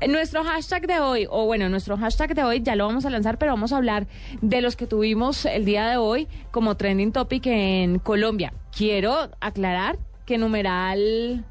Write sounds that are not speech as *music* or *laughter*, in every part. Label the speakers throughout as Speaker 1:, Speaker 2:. Speaker 1: Eh, Nuestro hashtag de hoy, o bueno, nuestro hashtag de hoy ya lo vamos a lanzar, pero vamos a hablar de los que tuvimos el día de hoy como trending topic en Colombia. Quiero aclarar que numeral...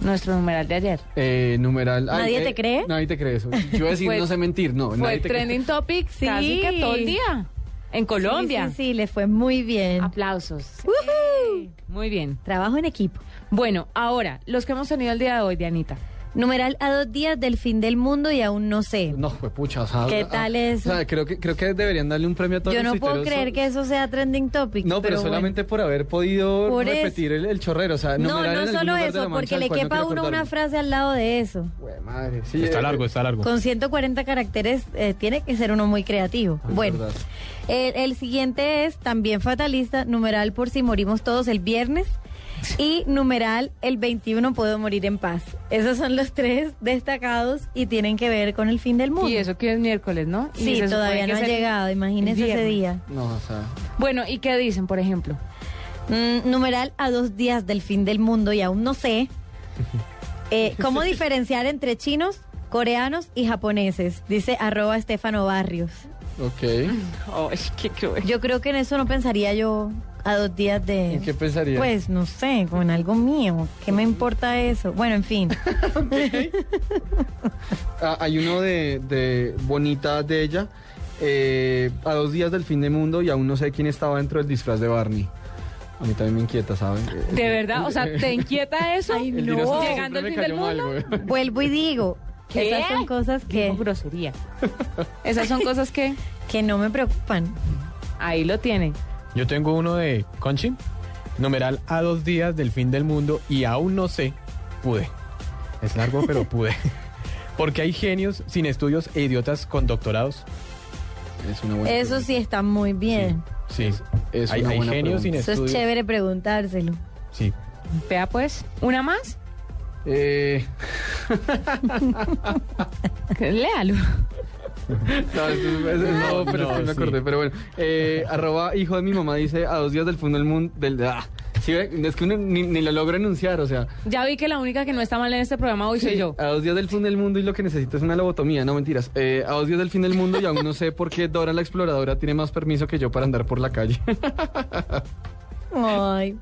Speaker 1: Nuestro numeral de ayer.
Speaker 2: Eh, numeral. ay,
Speaker 3: ¿Nadie
Speaker 2: eh,
Speaker 3: te cree?
Speaker 2: Nadie te cree eso. Yo voy a decir,
Speaker 1: Fue-
Speaker 2: no sé mentir, no.
Speaker 1: Fue
Speaker 2: nadie te cree.
Speaker 1: trending topic
Speaker 3: Sí.
Speaker 1: casi que todo el día en Colombia.
Speaker 3: Sí, sí, sí, le fue muy bien.
Speaker 1: Aplausos.
Speaker 3: ¡Woohoo!
Speaker 1: Muy bien.
Speaker 3: Trabajo en equipo.
Speaker 1: Bueno, ahora, los que hemos tenido el día de hoy, Dianita.
Speaker 3: Numeral a dos días del fin del mundo y aún no sé.
Speaker 2: No, fue pucha. o sea,
Speaker 3: ¿Qué
Speaker 2: ah,
Speaker 3: tal eso?
Speaker 2: O sea, creo que, creo que deberían darle un premio a todos
Speaker 3: Yo
Speaker 2: los
Speaker 3: no puedo
Speaker 2: tuiteros.
Speaker 3: creer que eso sea trending topic.
Speaker 2: No, pero,
Speaker 3: bueno.
Speaker 2: solamente por haber podido
Speaker 3: Por eso.
Speaker 2: repetir el, el chorrero. O sea,
Speaker 3: No,
Speaker 2: numeral en
Speaker 3: no
Speaker 2: algún
Speaker 3: solo
Speaker 2: lugar de la
Speaker 3: eso,
Speaker 2: mancha
Speaker 3: porque
Speaker 2: al
Speaker 3: le
Speaker 2: cual no
Speaker 3: quepa a
Speaker 2: quiero
Speaker 3: uno una
Speaker 2: acordarme.
Speaker 3: frase al lado de eso.
Speaker 2: Güey, madre, sí,
Speaker 4: está
Speaker 2: eh,
Speaker 4: largo, está largo.
Speaker 3: Con 140 caracteres eh, tiene que ser uno muy creativo.
Speaker 2: Es
Speaker 3: bueno,
Speaker 2: verdad.
Speaker 3: el, el siguiente es también fatalista, numeral por si morimos todos
Speaker 1: *laughs*
Speaker 3: el viernes y numeral el 21 puedo morir en paz. Esos son los tres destacados y tienen que ver con el fin del mundo.
Speaker 1: Y eso que es miércoles, ¿no? Y
Speaker 3: sí,
Speaker 1: se supone
Speaker 3: todavía
Speaker 1: que
Speaker 3: no ha
Speaker 1: es el-
Speaker 3: llegado, imagínense ese
Speaker 1: viernes.
Speaker 3: día.
Speaker 2: No, o sea.
Speaker 1: Bueno, ¿y qué dicen, por ejemplo?
Speaker 3: Mm, numeral a dos días del fin del mundo y aún
Speaker 1: *laughs*
Speaker 3: no sé eh, cómo diferenciar entre chinos, coreanos y japoneses, dice arroba Estefano Barrios.
Speaker 2: Ok.
Speaker 1: Ay, qué cruel.
Speaker 3: Yo creo que en eso no pensaría yo a dos días de...
Speaker 2: ¿En qué pensaría?
Speaker 3: Pues no sé, con algo mío. ¿Qué me importa eso? Bueno, en fin.
Speaker 2: Ah, hay uno de, de Bonita de ella. eh, a dos días del fin del mundo y aún no sé quién estaba dentro del disfraz de Barney. A mí también me inquieta, ¿saben?
Speaker 1: ¿De verdad? O sea, ¿te inquieta eso?
Speaker 3: Ay,
Speaker 2: El
Speaker 3: no.
Speaker 2: dinosaurio siempre
Speaker 1: Llegando el
Speaker 2: me
Speaker 1: fin del
Speaker 2: cayó mal,
Speaker 1: mundo.
Speaker 2: güey. *laughs*
Speaker 3: Vuelvo y digo,
Speaker 1: ¿Qué?
Speaker 3: esas son cosas que,
Speaker 1: Qué grosería. Esas son cosas que
Speaker 3: que no me preocupan.
Speaker 1: ahí lo tienen.
Speaker 4: Yo tengo uno de Conchi, numeral a dos días del fin del mundo y aún no sé, pude. Es largo,
Speaker 2: *laughs*
Speaker 4: pero pude. Porque hay genios sin estudios e idiotas con doctorados.
Speaker 2: Es una buena
Speaker 3: Eso
Speaker 2: pregunta.
Speaker 3: sí está muy bien.
Speaker 4: Sí,
Speaker 2: Es
Speaker 4: hay,
Speaker 2: una
Speaker 4: hay
Speaker 2: buena
Speaker 4: genios sin
Speaker 2: pregunta.
Speaker 3: Eso
Speaker 4: estudios.
Speaker 3: es chévere preguntárselo.
Speaker 4: Sí.
Speaker 1: Vea pues, ¿una más? *laughs*
Speaker 2: Eh, *laughs*
Speaker 1: Léalo.
Speaker 2: no, es- es- es- no,
Speaker 4: No,
Speaker 2: pero es que
Speaker 4: no,
Speaker 2: me acordé.
Speaker 4: sí.
Speaker 2: Pero bueno, eh, arroba hijo de mi mamá dice a dos días del fin del mundo. Del, ah, sí, ve, es que uno ni, ni lo logra enunciar, o sea.
Speaker 1: Ya vi que la única que no está mal en este programa hoy soy
Speaker 2: Sí,
Speaker 1: yo.
Speaker 2: A dos días del fin del mundo y lo que necesito es una lobotomía, no mentiras. Eh, a dos días del fin del mundo y aún no sé por qué Dora la exploradora tiene más permiso que yo para andar por la calle.
Speaker 3: Ay,